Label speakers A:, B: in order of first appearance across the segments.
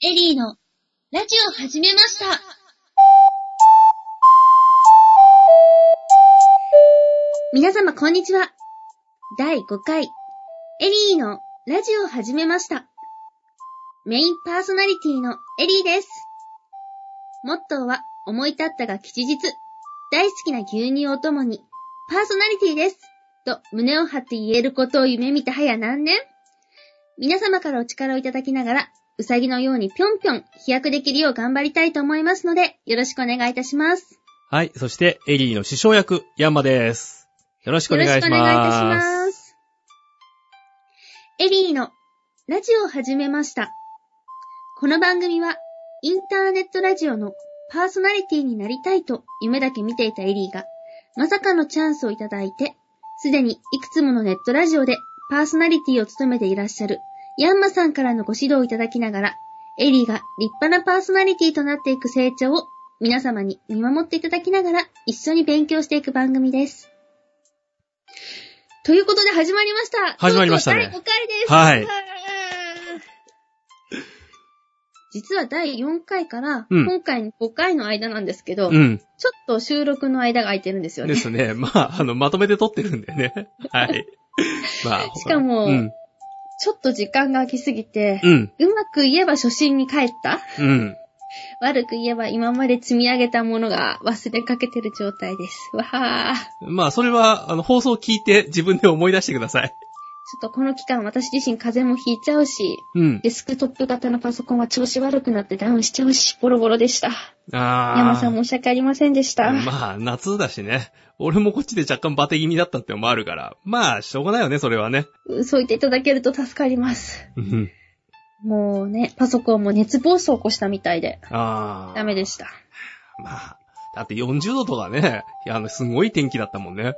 A: エリーのラジオ始めました。皆様こんにちは。第5回、エリーのラジオ始めました。メインパーソナリティのエリーです。モットーは思い立ったが吉日、大好きな牛乳をともに、パーソナリティです。と胸を張って言えることを夢見て早何年皆様からお力をいただきながら、うさぎのようにぴょんぴょん飛躍できるよう頑張りたいと思いますので、よろしくお願いいたします。
B: はい。そして、エリーの師匠役、ヤンマです。よろしくお
A: よろ
B: 願
A: し
B: い
A: くお
B: し
A: 願いいたし
B: ます。
A: ます。エリーのラジオを始めました。この番組は、インターネットラジオのパーソナリティになりたいと夢だけ見ていたエリーが、まさかのチャンスをいただいて、すでにいくつものネットラジオでパーソナリティを務めていらっしゃるヤンマさんからのご指導をいただきながら、エリーが立派なパーソナリティとなっていく成長を皆様に見守っていただきながら一緒に勉強していく番組です。ということで始まりました。
B: 始まりましたね
A: とうとう
B: は
A: 第5回
B: い
A: です。 実は第4回から
B: うん
A: 今回の5回の間なんですけど、
B: うん。
A: ちょっと収録の間が空いてるんですよ
B: で
A: ね。
B: すね。 まあ、あの、まとめて撮ってるんでね。 はい。まあ、
A: しかも
B: うん。
A: ちょっと時間が空きすぎて、
B: うん。
A: うまく言えば初心に帰った
B: うん。
A: 悪く言えば今まで積み上げたものが忘れかけてる状態です。わはー。ち
B: まあ、それは、あの、放送を聞いて自分で思い出してください。
A: ょっとこの期間私自身風邪もひいちゃうし、
B: うん。
A: デスクトップ型のパソコンは調子悪くなってダウンしちゃうし、ボロボロでした。
B: ああ。
A: 山さん申し訳ありませんでした。
B: まあ、夏だしね。俺もこっちで若干バテ気味だったってのもあるから。まあ、しょうがないよね、それはね。
A: そう言っていただけると助かります。
B: うん。
A: もうね、パソコンも熱暴走を起こしたみたいで、
B: ああ。
A: ダメでした。
B: まあ、だって40度とかね、いやあの、すごい天気だったもんね。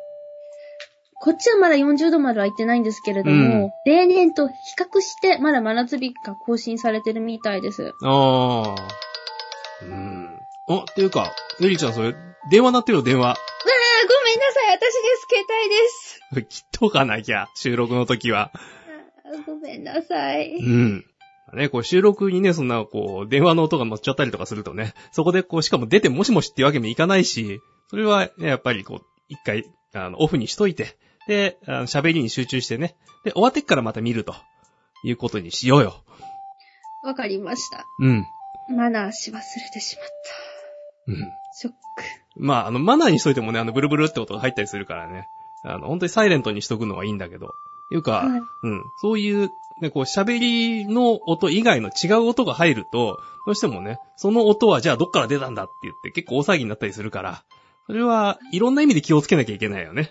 A: こっちはまだ40度まではいってないんですけれども、例年と比較してまだ真夏日が更新されてるみたいです。
B: ああ。うん。あ、っていうか、エリちゃんそれ、電話鳴ってるよ、電話。
A: あーごめんなさい、私です、携帯です。
B: 切っとかなきゃ、収録の時は。
A: あーごめんなさ
B: う
A: い。
B: ん。ね、こう収録にね、そんな、こう、電話の音が乗っちゃったりとかするとね、そこでこう、しかも出てもしもしっていうわけにもいかないし、それはね、やっぱりこう、一回、あの、オフにしといて、で、あの喋りに集中してね、で、終わってっからまた見ると、いうことにしようよ。
A: わかりました。
B: うん。
A: マナーし忘れてしまっ
B: うん。
A: た。ショック。
B: まあ、あの、マナーにしといてもね、あの、ブルブルって音が入ったりするからね。あの、本当にサイレントにしとくのはいいんだけど。いうか、
A: はい
B: うん。そういう、ね、こう、喋りの音以外の違う音が入ると、どうしてもね、その音はじゃあどっから出たんだって言って結構大騒ぎになったりするから、それはいろんな意味で気をつけなきゃいけないよね。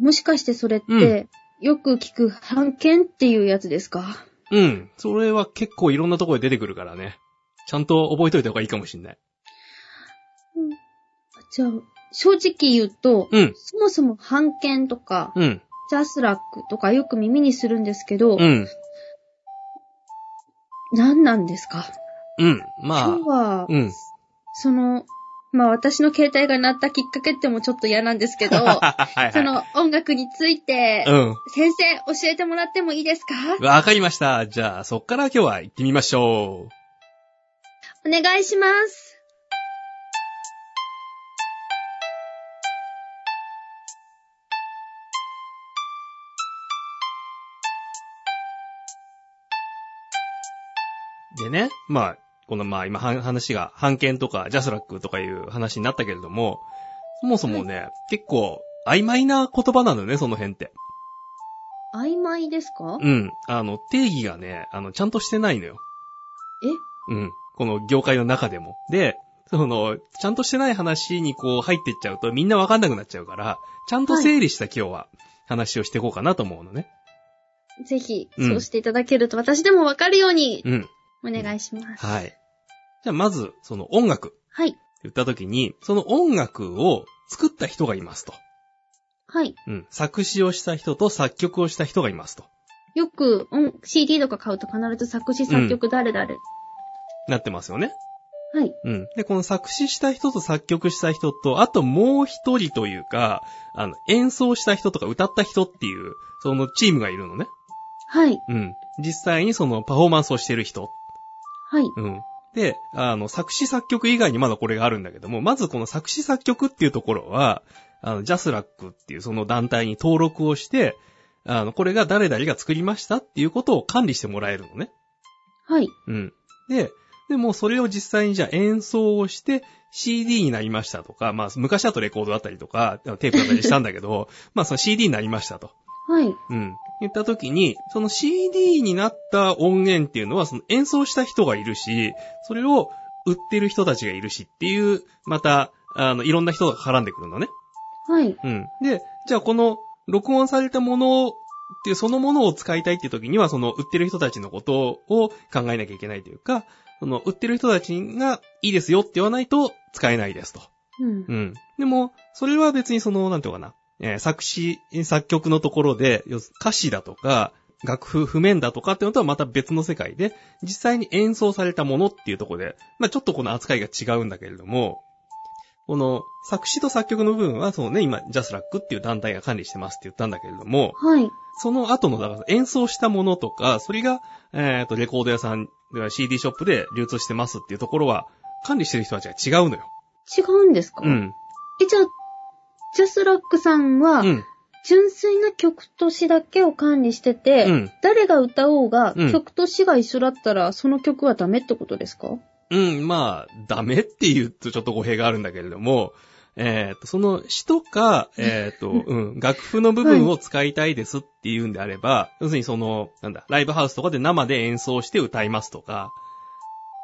A: もしかしてそれって、よく聞く判件っていうやつですか
B: うん。それは結構いろんなところで出てくるからね。ちゃんと覚えといた方がいいかもしんない。
A: じゃあ、正直言うと、
B: うん。
A: そもそも判件とか、
B: うん。
A: ジャスラックとかよく耳にするんですけど、
B: うん。
A: 何なんですか
B: うん。まあ
A: 今日、は、
B: うん。
A: その、まあ私の携帯が鳴ったきっかけってもちょっと嫌なんですけど、
B: はいはい。
A: その音楽について、
B: うん。
A: 先生教えてもらってもいいですか
B: わかりました。じゃあ、そっから今日は行ってみましょ
A: お願いします。
B: う。でね、まあ、このまあ今は話が、判件とかジャスラックとかいう話になったけれども、そもそもね、結構曖昧な言葉なのよね、その辺って。
A: 曖昧ですか
B: うん。あの、定義がね、あの、ちゃんとしてないのよ。
A: え
B: うん。この業界の中でも。で、その、ちゃんとしてない話にこう入っていっちゃうとみんなわかんなくなっちゃうから、ちゃんと整理した今日は話をしていこうかなと思うのね。
A: ぜひ、
B: うん
A: そうしていただけると私でもわかるように、
B: うん。
A: お願いします。
B: はい。じゃあまず、その音楽。
A: はい。
B: 言った時に、その音楽を作った人がいますと。
A: はい。
B: うん。作詞をした人と作曲をした人がいますと。
A: よく、音 CD とか買うと必ず作詞作曲誰々。
B: なってますよね。
A: はい。
B: うん。で、この作詞した人と作曲した人と、あともう一人というか、あの、演奏した人とか歌った人っていう、そのチームがいるのね。
A: はい。
B: うん。実際にそのパフォーマンスをしてる人。
A: はい。
B: うん。で、あの、作詞作曲以外にまだこれがあるんだけども、まずこの作詞作曲っていうところは、あの、ジャスラックっていうその団体に登録をして、あの、これが誰々が作りましたっていうことを管理してもらえるのね。
A: はい。
B: うん。で、でもうそれを実際にじゃあ演奏をして CD になりましたとか、まあ昔だとレコードだったりとか、テープだったりしたんだけど、 まあその CD になりましたと。
A: はい。
B: うん。言った時に、その CD になった音源っていうのは、その演奏した人がいるし、それを売ってる人たちがいるしっていう、また、あの、いろんな人が絡んでくるのね。
A: はい。
B: うん。で、じゃあこの録音されたものっていう、そのものを使いたいっていう時には、その売ってる人たちのことを考えなきゃいけないというか、その売ってる人たちがいいですよって言わないと使えないですと。
A: うん。
B: うん。でも、それは別にその、なんていうのかな、えー作詞、作曲のところで、要す歌詞だとか、楽譜、譜面だとかっていうのとはまた別の世界で、実際に演奏されたものっていうところで、まあちょっとこの扱いが違うんだけれども、この作詞と作曲の部分は、そのね、今、ジャスラックっていう団体が管理してますって言ったんだけれども、
A: はい。
B: その後の、だから演奏したものとか、それが、えっ、と、レコード屋さん、CD ショップで流通してますっていうところは、管理してる人たちが違うのよ。
A: 違うんですか
B: うん。
A: え、じゃあ、ジャスラックさんは
B: う、ん。
A: 純粋な曲と詞だけを管理してて、
B: うん
A: 誰が歌おうが、
B: うん
A: 曲と詞が一緒だったら、その曲はダメってことですか
B: うん、まあ、ダメって言うとちょっと語弊があるんだけれども、えっ、と、その詩とか、え っ、と、うん、楽譜の部分を使いたいですっていうんであれば、要するにその、なんだ、ライブハウスとかで生で演奏して歌いますとか、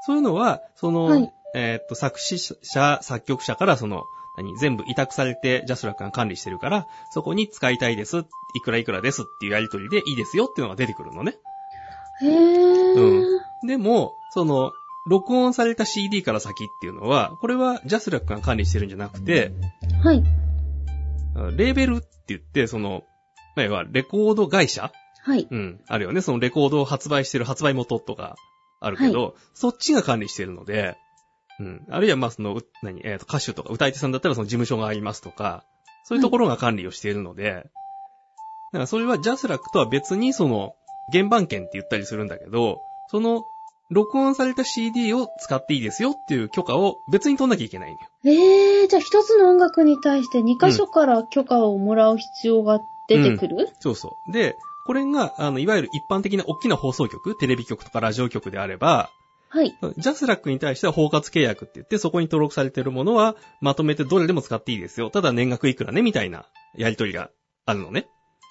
B: そういうのは、その、
A: はい
B: えっ、と、作詞者、作曲者からその、何、全部委託されてジャスラックが管理してるから、そこに使いたいです、いくらいくらですっていうやりとりでいいですよっていうのが出てくるのね。
A: へぇー。
B: うでも、その、録音された CD から先っていうのは、これはジャスラックが管理してるんじゃなくて、
A: はい。
B: レーベルって言って、その、まあ要はレコード会社
A: はい。
B: うん。あるよね。そのレコードを発売してる発売元とかあるけど、そっちが管理してるので、うん。あるいは、まあ、その、う何、えっ、と、歌手とか歌い手さんだったらその事務所がありますとか、そういうところが管理をしているので、だからそれはジャスラックとは別にその、原版権って言ったりするんだけど、その、録音された CD を使っていいですよっていう許可を別に取んなきゃいけないんだよ。
A: えー、じゃあ一つの音楽に対して2箇所から許可をもらう必要が出てくる、
B: そうそう。で、これが、あの、いわゆる一般的な大きな放送局、テレビ局とかラジオ局であれば、
A: はい。
B: ジャスラックに対しては包括契約って言って、そこに登録されているものは、まとめてどれでも使っていいですよ。ただ年額いくらね、みたいなやりとりがあるのね。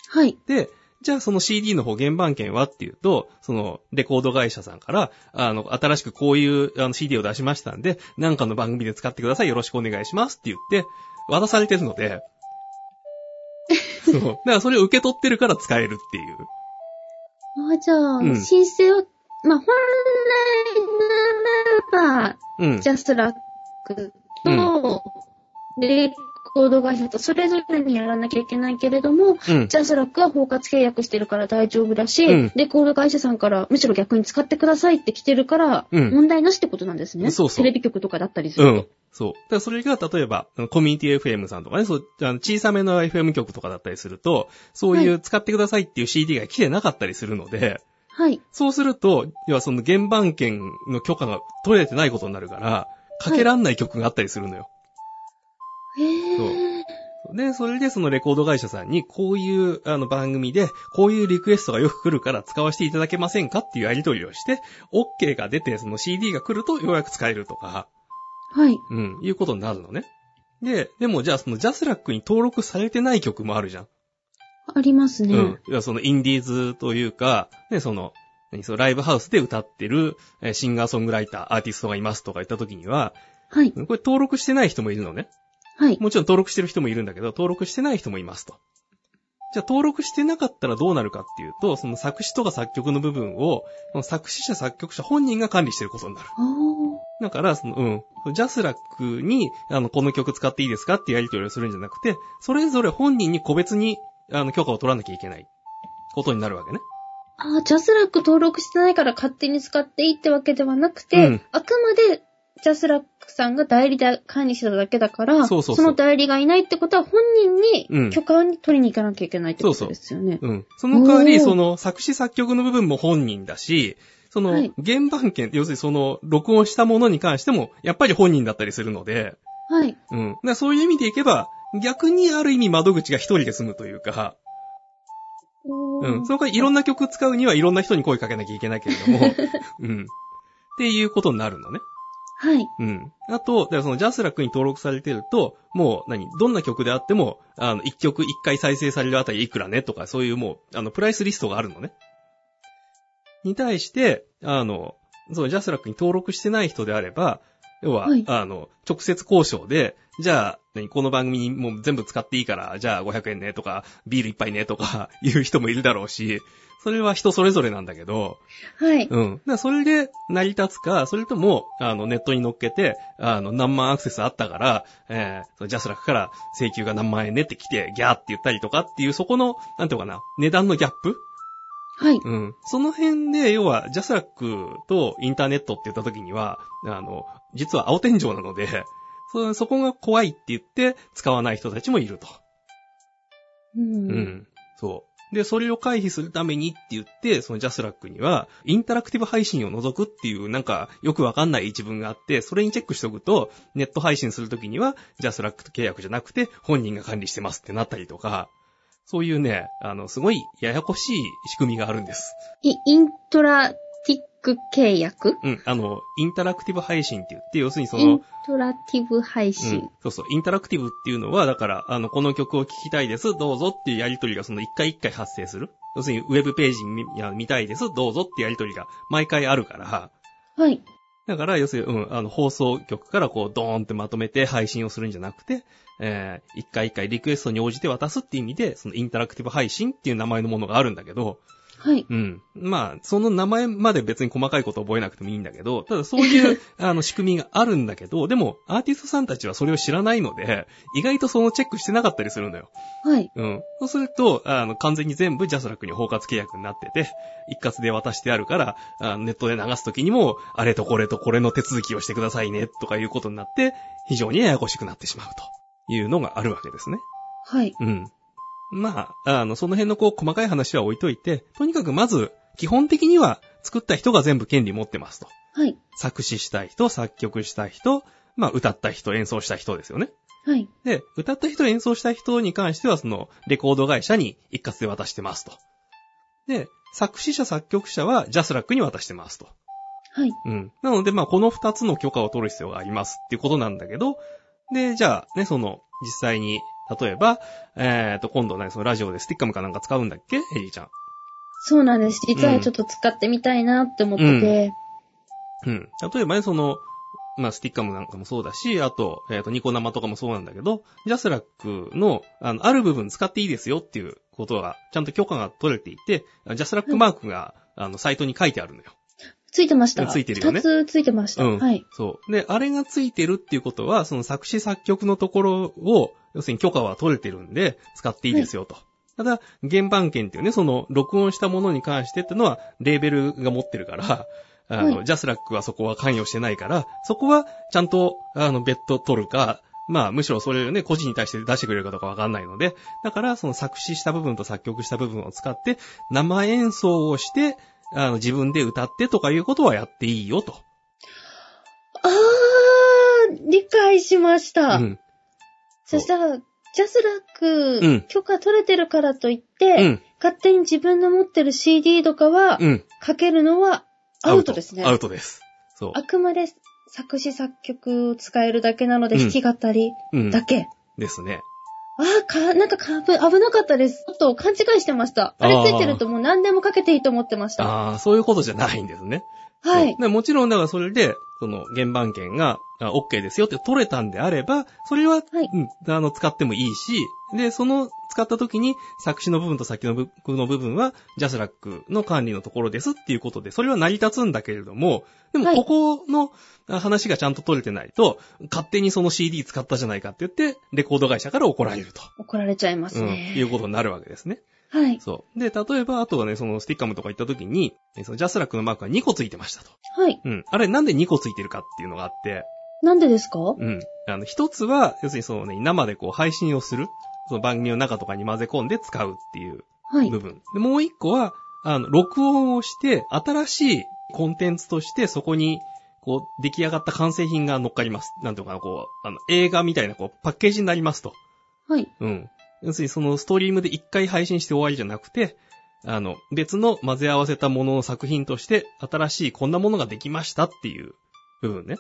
A: はい。
B: で、じゃあその CD の方原版権はっていうと、そのレコード会社さんから、あの、新しくこういうあの CD を出しましたんで、なんかの番組で使ってください。よろしくお願いしますって言って、渡されてるので、そう。だからそれを受け取ってるから使えるっていう。
A: あじゃあ、
B: うん
A: 申請は、まあ、本来ならば、
B: うん。
A: ジャスラックと、レコード会社とそれぞれにやらなきゃいけないけれども、
B: うん
A: ジャスラックは包括契約してるから大丈夫だし、
B: うん
A: レコード会社さんからむしろ逆に使ってくださいって来てるから、
B: うん
A: 問題なしってことなんですね。
B: そうそう
A: テレビ局とかだったりす
B: う
A: る
B: ん
A: と。。
B: そう。だからそれが、例えば、コミュニティ FM さんとかね、そう、あの小さめの FM 局とかだったりすると、そうい
A: は
B: う使ってくださいっていう CD が来てなかったりするので、
A: はい。
B: そうすると、要はその原版権の許可が取れてないことになるから、かけらんない曲があったりするのよ。
A: へー。
B: で、それでそのレコード会社さんに、こういうあの番組で、こういうリクエストがよく来るから使わせていただけませんかっていうやり取りをして、OK が出て、その CD が来るとようやく使えるとか。
A: はい。
B: うん、いうことになるのね。で、でもじゃあそのジャスラックに登録されてない曲もあるじゃん。
A: ありますね。
B: うん。いや、そのインディーズというか、ね、その、何そのライブハウスで歌ってるえーシンガーソングライター、アーティストがいますとか言った時には、
A: はい。
B: これ登録してない人もいるのね。
A: はい。
B: もちろん登録してる人もいるんだけど、登録してない人もいますと。じゃあ登録してなかったらどうなるかっていうと、その作詞とか作曲の部分を、その作詞者作曲者本人が管理してることになる。
A: あー
B: だから、その、うん。ジャスラックに、あの、この曲使っていいですかっていうやり取りをするんじゃなくて、それぞれ本人に個別に、あの、許可を取らなきゃいけない。ことになるわけね。
A: あージャスラック登録してないから勝手に使っていいってわけではなくて、
B: うん
A: あくまでジャスラックさんが代理で管理してただけだから、
B: そうそうそう
A: の代理がいないってことは本人
B: う
A: に
B: ん
A: 許可を取りに行かなきゃいけないってこ
B: そうそ
A: と
B: う
A: ですよね。
B: うん。その代わり、
A: おー
B: その、作詞作曲の部分も本人だし、その、
A: はい
B: 原版権、要するにその、録音したものに関しても、やっぱり本人だったりするので、
A: はい。
B: うん。だからそういう意味でいけば、逆にある意味窓口が一人で済むというか、
A: お
B: う
A: ー
B: ん。その代わりいろんな曲使うにはいろんな人に声かけなきゃいけないけれども、うん。っていうことになるのね。
A: はい。
B: うん。あと、だからそのジャスラックに登録されてると、もう何、どんな曲であっても、あの、一曲一回再生されるあたりいくらねとか、そういうもう、あの、プライスリストがあるのね。に対して、あの、そのジャスラックに登録してない人であれば、要は、
A: はい
B: あの、直接交渉で、じゃあ、何、この番組にもう全部使っていいから、じゃあ500円ねとか、ビール一杯ねとか、いう人もいるだろうし、それは人それぞれなんだけど、
A: はい。
B: うん。だからそれで成り立つか、それとも、あの、ネットに乗っけて、あの、何万アクセスあったから、えーそのジャスラックから請求が何万円ねって来て、ギャーって言ったりとかっていう、そこの、なんていうのかな、値段のギャップ
A: はい。
B: うん。その辺で、要は、ジャスラックとインターネットって言った時には、あの、実は青天井なので、そ、そこが怖いって言って、使わない人たちもいると。
A: う。
B: うんん。そう。で、それを回避するためにって言って、そのジャスラックには、インタラクティブ配信を除くっていう、なんか、よくわかんない一文があって、それにチェックしとくと、ネット配信するときには、ジャスラックと契約じゃなくて、本人が管理してますってなったりとか、そういうね、あの、すごい、ややこしい仕組みがあるんです。
A: いイントラティック契約
B: うん。あの、インタラクティブ配信って言って、要するにそ
A: イン
B: の、
A: トラティブ配
B: う
A: 信
B: ん。そうそう。インタラクティブっていうのは、だから、あの、この曲を聴きたいです、どうぞっていうやりとりがその一回一回発生する。要するに、ウェブページ見いや見たいです、どうぞってやりとりが毎回あるから、
A: はい。
B: だから、要するに、うん、あの、放送局からこう、ドーンってまとめて配信をするんじゃなくて、えー、一回一回リクエストに応じて渡すっていう意味で、そのインタラクティブ配信っていう名前のものがあるんだけど、
A: はい。
B: うん。まあ、その名前まで別に細かいこと覚えなくてもいいんだけど、ただそういう、あの、仕組みがあるんだけど、でも、アーティストさんたちはそれを知らないので、意外とそのチェックしてなかったりするんだよ。
A: はい。
B: うん。そうすると、あの、完全に全部ジャスラックに包括契約になってて、一括で渡してあるから、あネットで流すときにも、あれとこれとこれの手続きをしてくださいね、とかいうことになって、非常にややこしくなってしまうというのがあるわけですね。
A: はい。
B: うん。まあ、あの、その辺のこう、細かい話は置いといて、とにかくまず、基本的には作った人が全部権利持ってますと。
A: はい。
B: 作詞した人、作曲した人、まあ、歌った人、演奏した人ですよね。
A: はい。
B: で、歌った人、演奏した人に関しては、その、レコード会社に一括で渡してますと。で、作詞者、作曲者は、ジャスラックに渡してますと。
A: はい。
B: うん。なので、まあ、この二つの許可を取る必要がありますっていうことなんだけど、で、じゃあ、ね、その、実際に、例えば、えーと、今度ね、そのラジオでスティッカムかなんか使うんだっけエリーちゃん。
A: そうなんです。実
B: う
A: は
B: ん
A: ちょっと使ってみたいなって思ってて。
B: うん。例えばね、その、まあ、スティッカムなんかもそうだし、あと、えーと、ニコ生とかもそうなんだけど、ジャスラックの、あの、ある部分使っていいですよっていうことが、ちゃんと許可が取れていて、ジャスラックマークが、あの、サイトに書いてあるのよ。
A: ついてました。
B: ついてるよね
A: 二つついてました。
B: うん
A: はい。
B: そう。で、あれがついてるっていうことは、その作詞作曲のところを、要するに許可は取れてるんで、使っていいですよと。ただ、原版権っていうね、その、録音したものに関してってのは、レーベルが持ってるから、あの、
A: はい
B: ジャスラックはそこは関与してないから、そこは、ちゃんと、あの、別途取るか、まあ、むしろそれをね、個人に対して出してくれるかどうかわかんないので、だから、その作詞した部分と作曲した部分を使って、生演奏をして、あの、自分で歌ってとかいうことはやっていいよと。
A: あー、理解しました。
B: うん。
A: そしたら、ジャスラック、
B: うん
A: 許可取れてるからといっ
B: う
A: て、
B: ん。
A: 勝手に自分の持ってる CD とかは、
B: うん。
A: かけるのはアウトですね。
B: アウトです。そう。
A: あくまで作詞作曲を使えるだけなので、
B: うん
A: 弾き語り
B: うん。
A: だけ。
B: ですね。
A: ああ、か、なんかかぶ、危なかったです。ちょっと勘違いしてました。あれ
B: あー
A: ついてるともう何でもかけていいと思ってました。
B: ああ、そういうことじゃないんですね。
A: はい
B: そう。でもちろん、だからそれで、その、原版権が、あ OK ですよって取れたんであれば、それは、
A: い
B: うん、あの、使ってもいいし、で、その、使った時に、作詞の部分と作曲の部の部分は、ジャスラックの管理のところですっていうことで、それは成り立つんだけれども、で
A: は
B: も、
A: い
B: ここのあ話がちゃんと取れてないと、勝手にその CD 使ったじゃないかって言って、レコード会社から怒られると。
A: 怒られちゃいます
B: うん、
A: ね。
B: いうことになるわけですね。
A: はい。
B: そう。で、例えば、あとはね、そのスティッカムとか行った時に、えそのジャスラックのマークが2個ついてましたと。
A: はい。
B: うん。あれなんで2個ついてるかっていうのがあって、
A: なんでですか
B: うん。あの、一つは、要するにそのね、生でこう配信をする。その番組の中とかに混ぜ込んで使うっていう
A: はい
B: 部。分。で、もう一個は、あの、録音をして、新しいコンテンツとしてそこに、こう、出来上がった完成品が乗っかります。なんていうのかな、こう、あの、映画みたいな、こう、パッケージになりますと。
A: はい。
B: うん。要するにそのストリームで一回配信して終わりじゃなくて、あの、別の混ぜ合わせたものの作品として、新しいこんなものができましたっていう部分ね。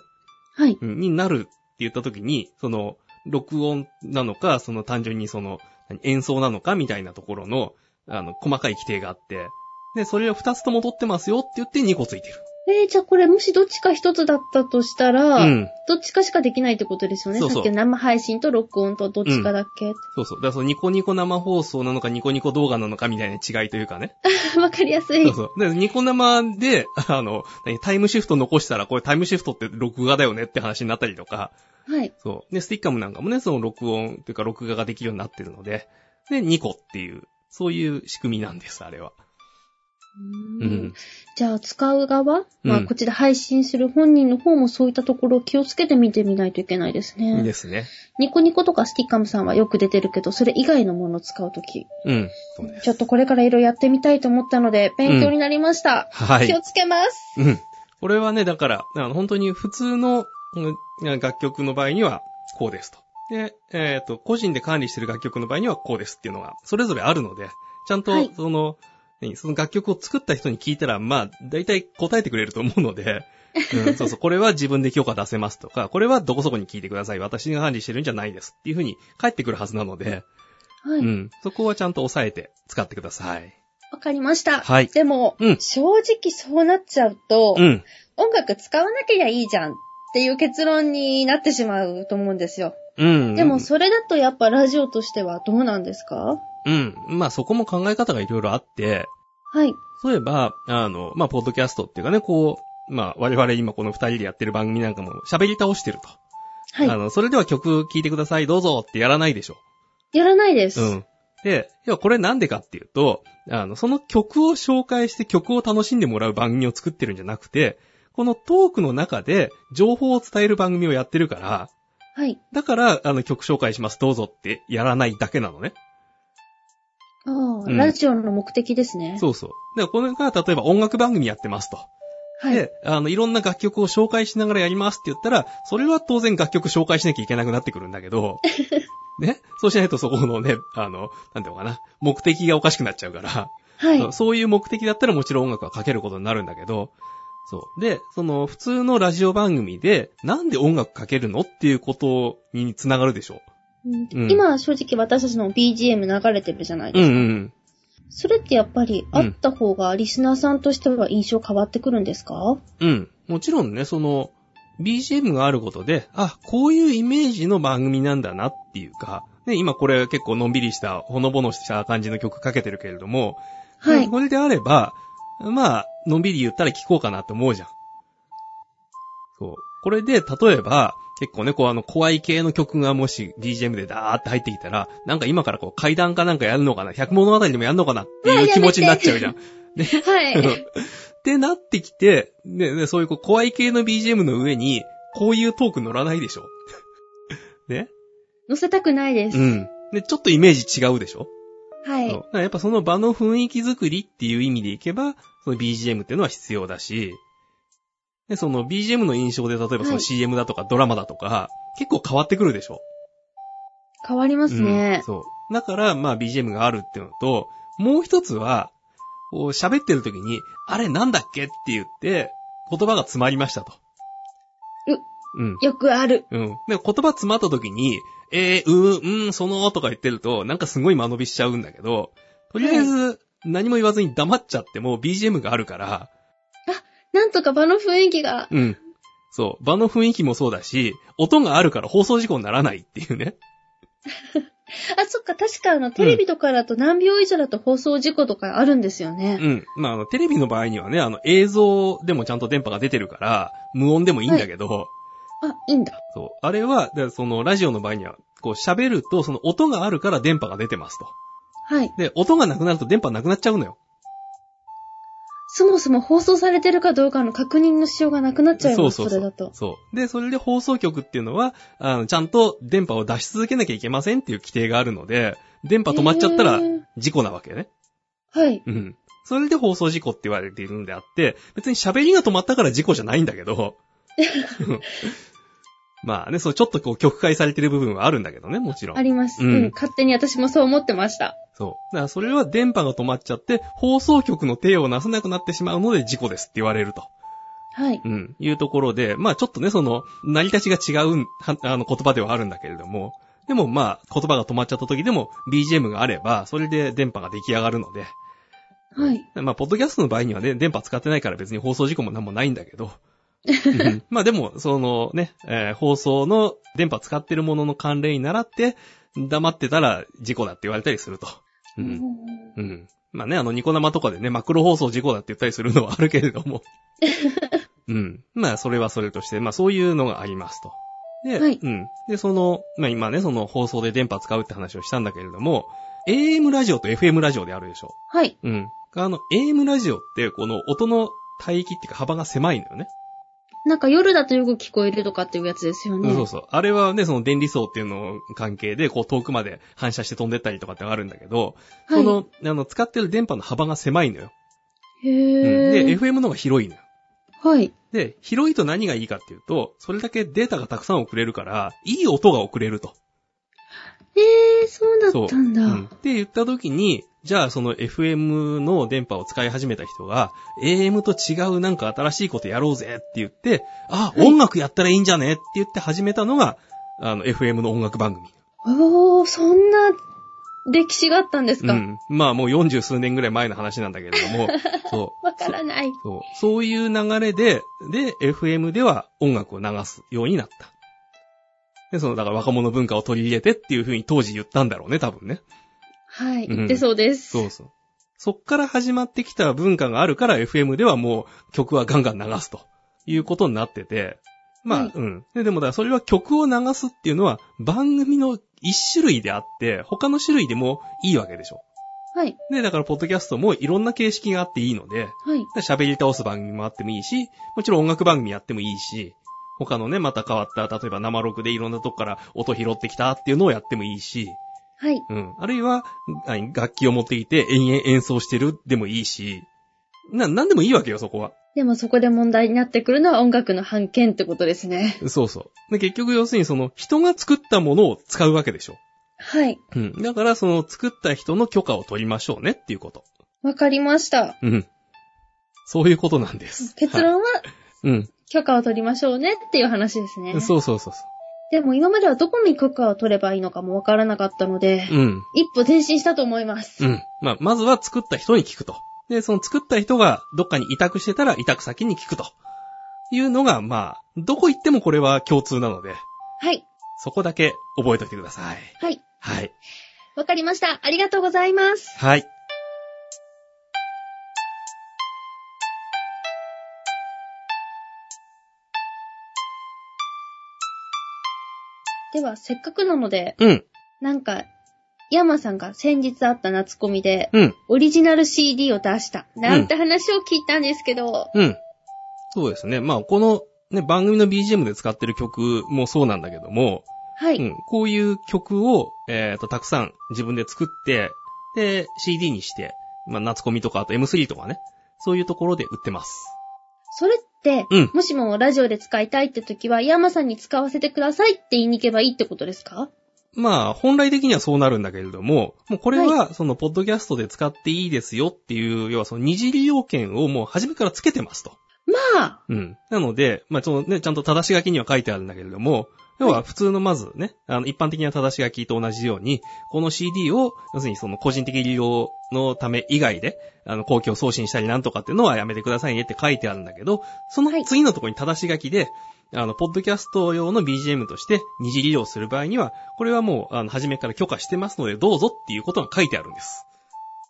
A: はい。
B: うんになるって言った時に、その、録音なのか、その単純にその、何演奏なのかみたいなところの、あの、細かい規定があって、で、それを二つとも取ってますよって言って2個ついてる。
A: えー、じゃあこれもしどっちか一つだったとしたら、
B: うん。
A: どっちかしかできないってことですよね。
B: そうそう
A: さっきの生配信と録音とどっちかだけ。
B: そうそう。だからそのニコニコ生放送なのかニコニコ動画なのかみたいな違いというかね。
A: わかりやすい。
B: そうそう。で、ニコ生で、 あの、何タイムシフト残したら、これタイムシフトって録画だよねって話になったりとか、
A: はい。
B: そう。で、スティッカムなんかもね、その録音というか録画ができるようになってるので、で、2個っていう、そういう仕組みなんです、あれは。
A: う
B: う
A: ー
B: ん
A: ん。じゃあ使う側、ま
B: う
A: あ
B: ん
A: こっちで配信する本人の方もそういったところを気をつけて見てみないといけないですね。
B: ですね。
A: ニコニコとかスティッカムさんはよく出てるけど、それ以外のものを使うとき、
B: うん。そうです。
A: ちょっとこれからいろいろやってみたいと思ったので、勉強になりました。
B: は
A: 気を
B: い。
A: つけます。
B: うん。これはね、だから、あの本当に普通のうん楽曲の場合には、こうですと。で、えっ、と、個人で管理してる楽曲の場合には、こうですっていうのが、それぞれあるので、ちゃん
A: は
B: と
A: い、
B: その、何その楽曲を作った人に聞いたら、まあ、大体答えてくれると思うの で、うん、そうそう、これは自分で許可出せますとか、これはどこそこに聞いてください。私が管理してるんじゃないですっていうふうに返ってくるはずなので、
A: はい。わ、
B: うん、そこはちゃんと押さえて使ってください。
A: かりました。
B: はい
A: でも、
B: うん
A: 正直そうなっちゃうと、
B: うん。
A: 音楽使わなけりゃいいじゃんっていう結論になってしまうと思うんですよ。
B: うん。
A: でもそれだとやっぱラジオとしてはどうなんですか
B: うん。まあそこも考え方がいろいろあって、
A: はい。
B: そういえば、あの、まあ、ポッドキャストっていうかね、こう、まあ、我々今この二人でやってる番組なんかも喋り倒してると。
A: はい
B: あ。の、それでは曲聴いてください、どうぞってやらないでしょ。
A: やらないです。
B: うん。で、要はこれなんでかっていうと、あの、その曲を紹介して曲を楽しんでもらう番組を作ってるんじゃなくて、このトークの中で情報を伝える番組をやってるから、
A: はい。
B: だから、あの、曲紹介します、どうぞってやらないだけなのね。
A: ああ、
B: ん
A: ラジオの目的ですね。
B: そうそう。だから、これが例えば音楽番組やってますと。
A: はい。
B: で、あの、いろんな楽曲を紹介しながらやりますって言ったら、それは当然楽曲紹介しなきゃいけなくなってくるんだけ ど、ね、そうしないとそこのね、あの、なんていうのかな、目的がおかしくなっちゃうから、
A: はい。
B: そういう目的だったらもちろん音楽はかけることになるんだけど、そう。で、その、普通のラジオ番組で、なんで音楽かけるのっていうことにつながるでしょ
A: うん
B: うん
A: 今、正直私たちの BGM 流れてるじゃないで
B: う。うん
A: す
B: う
A: か。それ
B: ん。
A: ってやっぱり
B: うん
A: あった方がリスナーさんとしては印象変わってくるんですか、
B: うん。もちろんね、その、BGM があることで、あ、こういうイメージの番組なんだなっていうか、ね、今これ結構のんびりした、ほのぼのした感じの曲かけてるけれども、
A: はい。
B: これであれば、まあ、のんびり言ったら聞こうかなって思うじゃん。そう。これで、例えば、結構ね、こうあの、怖い系の曲がもし BGM でダーって入ってきたら、なんか今からこう階段かなんかやるのかな、百物語でもやるのかなっていう気持ちになっちゃうじゃん。
A: は
B: うん
A: い。
B: ってなってきて、ね、ね、そういうこう、怖い系の BGM の上に、こういうトーク乗らないでしょね
A: 載せたくないです。
B: うん。で、ちょっとイメージ違うでしょ、
A: は
B: そう
A: い
B: だ。からやっぱその場の雰囲気作りっていう意味でいけば、その BGM っていうのは必要だし、で、その BGM の印象で、例えばそ
A: は
B: の
A: い
B: CM だとかドラマだとか、結構変わってくるでしょ
A: 変わります
B: うん
A: ね。
B: そう。だから、まあ BGM があるっていうのと、もう一つは、こう喋ってる時に、あれなんだっけって言って、言葉が詰まりましたと。うん。
A: よくある。
B: うん。で、言葉詰まった時に、えー、うー、うん、その、とか言ってると、なんかすごい間延びしちゃうんだけど、とりあえず、何も言わずに黙っちゃっても BGM があるから、
A: なんとか場の雰囲気が。
B: うん。そう。場の雰囲気もそうだし、音があるから放送事故にならないっていうね。
A: あ、そっか、確かあの、テレビとかだと何秒以上だと放送事故とかあるんですよね。
B: うん。まあ、あの、テレビの場合にはね、あの、映像でもちゃんと電波が出てるから、無音でもいいんだけど、
A: あ、いいんだ。
B: そう。あれは、でその、ラジオの場合には、こう喋ると、その音があるから電波が出てますと。
A: はい。
B: で、音がなくなると電波なくなっちゃうのよ。
A: そもそも放送されてるかどうかの確認のしようがなくなっちゃいます、それだと。
B: そう。で、それで放送局っていうのは、あの、ちゃんと電波を出し続けなきゃいけませんっていう規定があるので、電波止まっちゃった
A: へ
B: ら
A: ー
B: 事故なわけね。
A: はい。
B: うん。それで放送事故って言われているんであって、別に喋りが止まったから事故じゃないんだ けど、まあね、そう、ちょっとこう曲解されてる部分はあるんだけどね、もちろん
A: あ。ります、
B: うん
A: うん。勝手に私もそう思ってました。
B: そう。だからそれは電波が止まっちゃって、放送局の手をなさなくなってしまうので事故ですって言われると。
A: はい。
B: うん。いうところで、まあちょっとね、その、成り立ちが違うん、はあの、言葉ではあるんだけれども、でもまあ、言葉が止まっちゃった時でも BGM があれば、それで電波が出来上がるので、
A: はい。
B: まあ、ポッドキャストの場合にはね、電波使ってないから別に放送事故もなんもないんだけど。うんまあでも、そのね、えー放送の電波使ってるものの関連に習って、黙ってたら事故だって言われたりすると。うん。うん。まあね、あの、ニコ生とかでね、マクロ放送事故だって言ったりするのはあるけれど も。うん。まあ、それはそれとして、まあ、そういうのがありますと。で、
A: はい
B: うん。で、その、まあ今ね、その放送で電波使うって話をしたんだけれども、AM ラジオと FM ラジオであるでしょ。
A: はい。
B: うん。あの、AM ラジオって、この音の帯域っていうか幅が狭いのよね。
A: なんか夜だとよく聞こえるとかっていうやつですよね。
B: そうそう。あれはね、その電離層っていうのの関係で、こう遠くまで反射して飛んでったりとかってのがあるんだけど、
A: はい。
B: その、あの、使ってる電波の幅が狭いのよ。
A: へ
B: うん
A: ー。
B: で、FM の方が広いのよ。
A: はい。
B: で、広いと何がいいかっていうと、それだけデータがたくさん送れるから、いい音が送れると。
A: えー、そうだ
B: そう。
A: ったんだ。
B: うんって言った時に、じゃあその FM の電波を使い始めた人が、AM と違うなんか新しいことやろうぜって言って、あ、
A: はい
B: 音楽やったらいいんじゃねって言って始めたのが、あの FM の音楽番組。
A: おー、そんな歴史があったんです
B: う
A: か、
B: ん。まあもう40数年ぐらい前の話なんだけれど も、そう。
A: わからない。
B: そう。そういう流れで、で、FM では音楽を流すようになった。で、その、だから若者文化を取り入れてっていう風に当時言ったんだろうね、多分ね。
A: はい。
B: うん
A: 言ってそうです。
B: そうそう。そっから始まってきた文化があるから FM ではもう曲はガンガン流すということになってて、まあ、
A: はい
B: うん。で、でもだからそれは曲を流すっていうのは番組の一種類であって、他の種類でもいいわけでしょ。
A: はい。
B: で、だからポッドキャストもいろんな形式があっていいので、
A: はい。
B: 喋り倒す番組もあってもいいし、もちろん音楽番組やってもいいし、他のね、また変わった、例えば生録でいろんなとこから音拾ってきたっていうのをやってもいいし、
A: はい。
B: うん。あるいは、あ楽器を持ってきて延々演奏してるでもいいし、な、なんでもいいわけよ、そこは。
A: でもそこで問題になってくるのは音楽の版権ってことですね。
B: そうそう。で結局、要するにその、人が作ったものを使うわけでしょ。
A: はい。
B: うん。だから、その、作った人の許可を取りましょうねっていうこと。
A: わかりました。
B: うん。そういうことなんです。
A: 結
B: はい
A: 論は
B: うん。
A: 許可を取りましょうねっていう話ですね。
B: そうそうそうそ
A: でも今まではどこに許可を取ればいいのかもわからなかったので、
B: う。うん。
A: 一歩前進したと思います。
B: うん。まあ、まずは作った人に聞くと。で、その作った人がどっかに委託してたら委託先に聞くと。いうのが、まあ、どこ行ってもこれは共通なので、
A: はい。
B: そこだけ覚えておいてください。
A: はい。
B: はい。
A: わかりました。ありがとうございます。
B: はい。
A: では、せっかくなので、
B: うん。
A: なんか、ヤマさんが先日あった夏コミで、
B: うん。
A: オリジナル CD を出した、なんて話を聞いたんですけど、
B: うん。そうですね。まあ、この、ね、番組の BGM で使ってる曲もそうなんだけども、
A: は
B: う
A: い。
B: ん。こういう曲を、えっ、と、たくさん自分で作って、で、CD にして、まあ、夏コミとか、あと M3 とかね、そういうところで売ってます。
A: それって、
B: うん
A: もしもラジオで使いたいって時は、ヤマさんに使わせてくださいって言いに行けばいいってことですか
B: まあ、本来的にはそうなるんだけれども、もうこれは、その、ポッドキャストで使っていいですよっていう、要はその、二次利用権をもう初めからつけてますと。
A: まあ、
B: うん。なので、まあ、そのね、ちゃんと正し書きには書いてあるんだけれども、要は普通のまずね、あの、一般的な正し書きと同じように、この CD を、要するにその個人的利用のため以外で、あの、公共送信したりなんとかっていうのはやめてくださいねって書いてあるんだけど、その
A: はい
B: 次のところに正し書きで、あの、ポッドキャスト用の BGM として二次利用する場合には、これはもう、あの、初めから許可してますので、どうぞっていうことが書いてあるんです。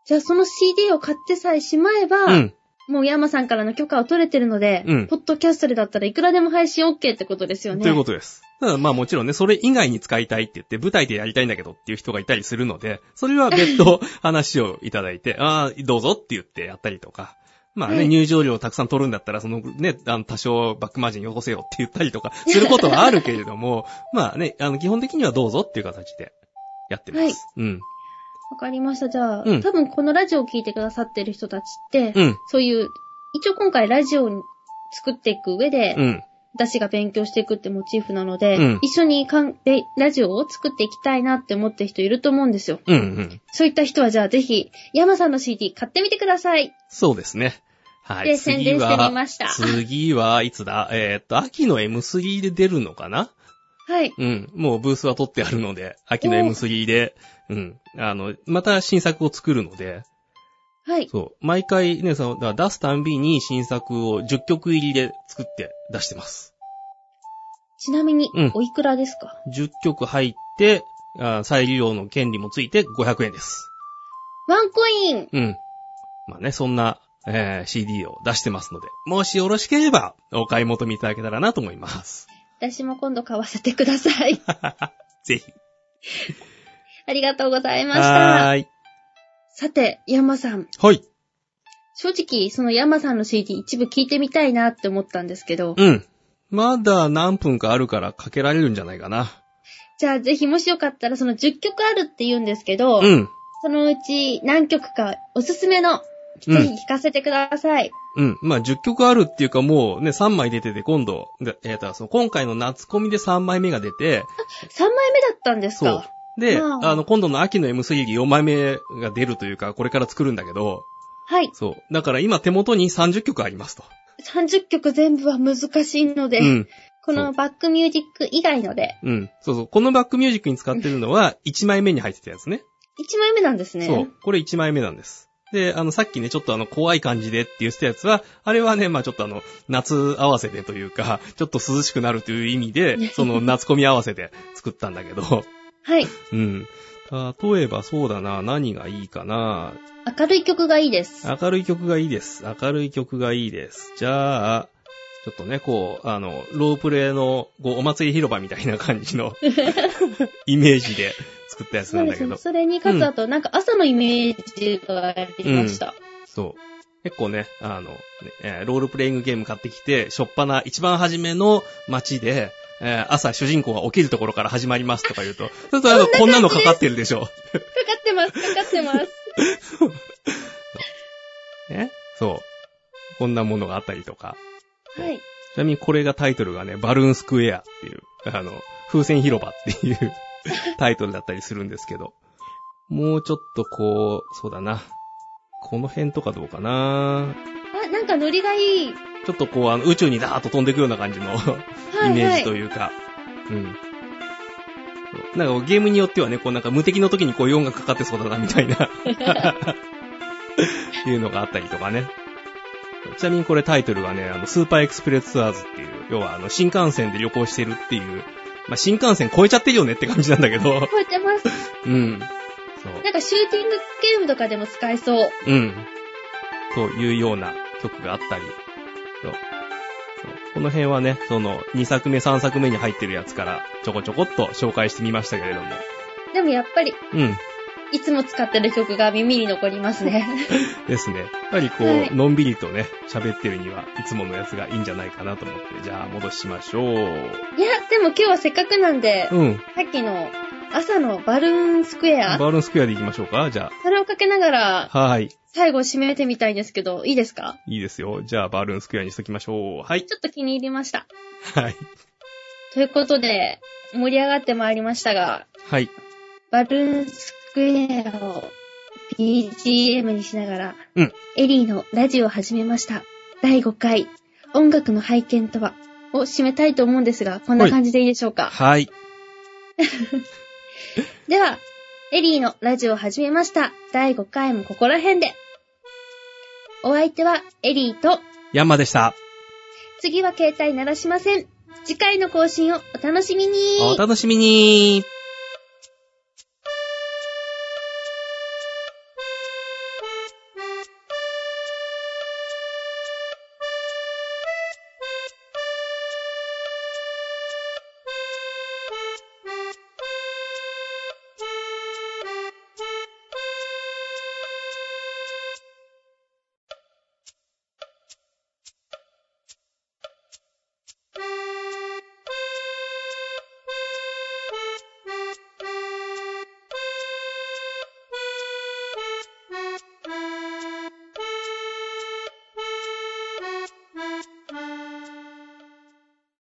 A: じゃあその CD を買ってさえしまえば、
B: うん。
A: もうヤマさんからの許可を取れてるので、
B: うん
A: ポッドキャストでだったらいくらでも配信 OK ってことですよね。
B: ということです。ただまあもちろんね、それ以外に使いたいって言って、舞台でやりたいんだけどっていう人がいたりするので、それは別途話をいただいて、 ああ、どうぞって言ってやったりとか。まあ
A: は
B: ね、
A: い
B: 入場料をたくさん取るんだったら、そのね、あの、多少バックマージンよこせよって言ったりとか、 することはあるけれども、まあね、あの、基本的にはどうぞっていう形でやってます。うん。
A: わかりました。じゃあ、
B: うん
A: 多分このラジオを聞いてくださってる人たちって、
B: うん。
A: そういう、一応今回ラジオを作っていく上で、
B: うん。
A: 私が勉強していくってモチーフなので、
B: うん
A: 一緒にかんでラジオを作っていきたいなって思ってる人いると思うんですよ。
B: うん。うん。
A: そういった人はじゃあぜひ、ヤマさんの CD 買ってみてください。
B: そうですね。はい。
A: で宣
B: 次
A: 伝してみ
B: は、
A: ました。
B: 次はいつだえーっと、秋の M3 で出るのかな
A: はい。
B: うん。もうブースは取ってあるので、秋の
A: おー
B: M3 で、うん。あの、また新作を作るので、
A: はい。
B: そう。毎回ね、その、だから出すたんびに新作を10曲入りで作って出してます。
A: ちなみに
B: うん、
A: おいくらですか、
B: 10曲入って、あ再利用の権利もついて500円です。
A: ワンコイン
B: うん。まあね、そんな、えー CD を出してますので、もしよろしければ、お買い求めいただけたらなと思います。
A: 私も今度買わせてください。
B: ぜひ。
A: ありがとうございました。
B: はーい。
A: さて、ヤマさん。
B: はい。
A: 正直、そのヤマさんの CD 一部聞いてみたいなって思ったんですけど、
B: うん。まだ何分かあるからかけられるんじゃないかな。
A: じゃあぜひもしよかったらその10曲あるって言うんですけど、
B: うん。
A: そのうち何曲かおすすめの、
B: う
A: ぜ
B: ん
A: ひ聞かせてください。
B: うん。まあ、10曲あるっていうかもうね、3枚出てて、今度、でえっ、と、その今回の夏コミで3枚目が出て、
A: 3枚目だったんです
B: そう
A: か。
B: で、
A: まあ
B: あの、今度の秋の M3 で4枚目が出るというか、これから作るんだけど、
A: はい。
B: そう。だから今手元に30曲ありますと。
A: 30曲全部は難しいので、
B: うん。
A: このバックミュージック以外ので、
B: うん。そうそう。このバックミュージックに使ってるのは、1枚目に入ってたやつね。
A: 1枚目なんですね。
B: そう。これ1枚目なんです。で、あの、さっきね、ちょっとあの、怖い感じでって言ってたやつは、あれはね、まあちょっとあの、夏合わせでというか、ちょっと涼しくなるという意味で、その、夏コミ合わせで作ったんだけど、
A: はい。
B: うん。例えばそうだな、何がいいかな。
A: 明るい曲がいいです。
B: 明るい曲がいいです。明るい曲がいいです。じゃあ、ちょっとね、こう、あの、ロープレイの、こう、お祭り広場みたいな感じの、イメージで作ったやつ
A: そ
B: な
A: うんで
B: だ
A: す
B: けど
A: ね。。それにかつあと、なんか朝のイメージがありました。
B: そう。結構ね、あの、ねえーロールプレイングゲーム買ってきて、しょっぱな、一番初めの街で、えー朝主人公が起きるところから始まりますとか言う と、ちょっとあの、こんなのかかってるでしょ。
A: かかってます、かかってます。
B: ねそう。こんなものがあったりとか。
A: はい。
B: ちなみにこれがタイトルがね、バルーンスクエアっていう、あの、風船広場っていう タイトルだったりするんですけど、もうちょっとこう、そうだな。この辺とかどうかな
A: あ、なんかノリがいい。
B: ちょっとこう、あの、宇宙にダーッと飛んでいくような感じの
A: はい、は
B: イ
A: い。
B: メージというか、うん。なんかこうゲームによってはね、こうなんか無敵の時にこういう音楽かかってそうだなみたいな、 っていうのがあったりとかね。ちなみにこれタイトルがね、あの、スーパーエクスプレスツアーズっていう、要はあの、新幹線で旅行してるっていう、まあ、新幹線超えちゃってるよねって感じなんだけど、
A: 超えてます。
B: うん。
A: なんかシューティングゲームとかでも使えそう。
B: そう。うん。というような曲があったり、そうそうこの辺はね、その、2作目、3作目に入ってるやつから、ちょこちょこっと紹介してみましたけれども、
A: でもやっぱり、
B: うん。
A: いつも使ってる曲が耳に残りますね。
B: ですね。やっぱりこ、
A: はいう
B: のんびりとね、喋ってるには、いつものやつがいいんじゃないかなと思って、じゃあ戻しましょう。
A: いや、でも今日はせっかくなんで、
B: うん。
A: さっきの朝のバルーンスクエ
B: バ
A: ア、
B: ルーンスクエアで行きましょうかじゃ
A: それをかけながら、
B: あ。はい。
A: 最後締めてみたいんですけど、いいですか
B: いいですよ。じゃあ、バルーンスクエアにしときましょう。はい。
A: ちょっと気に入りました。
B: はい。
A: ということで、盛り上がってまいりましたが、
B: はい。
A: バルーンスクエアを BGM にしながら、
B: うん
A: エリーのラジオを始めました。第5回、音楽の拝見とは、を締めたいと思うんですが、こんな感じでいいでしょうか。
B: はい。
A: では、エリーのラジオを始めました。第5回もここら辺で。お相手はエリーと、
B: ヤンマでした。
A: 次は携帯鳴らしません。次回の更新をお楽しみに
B: お楽しみに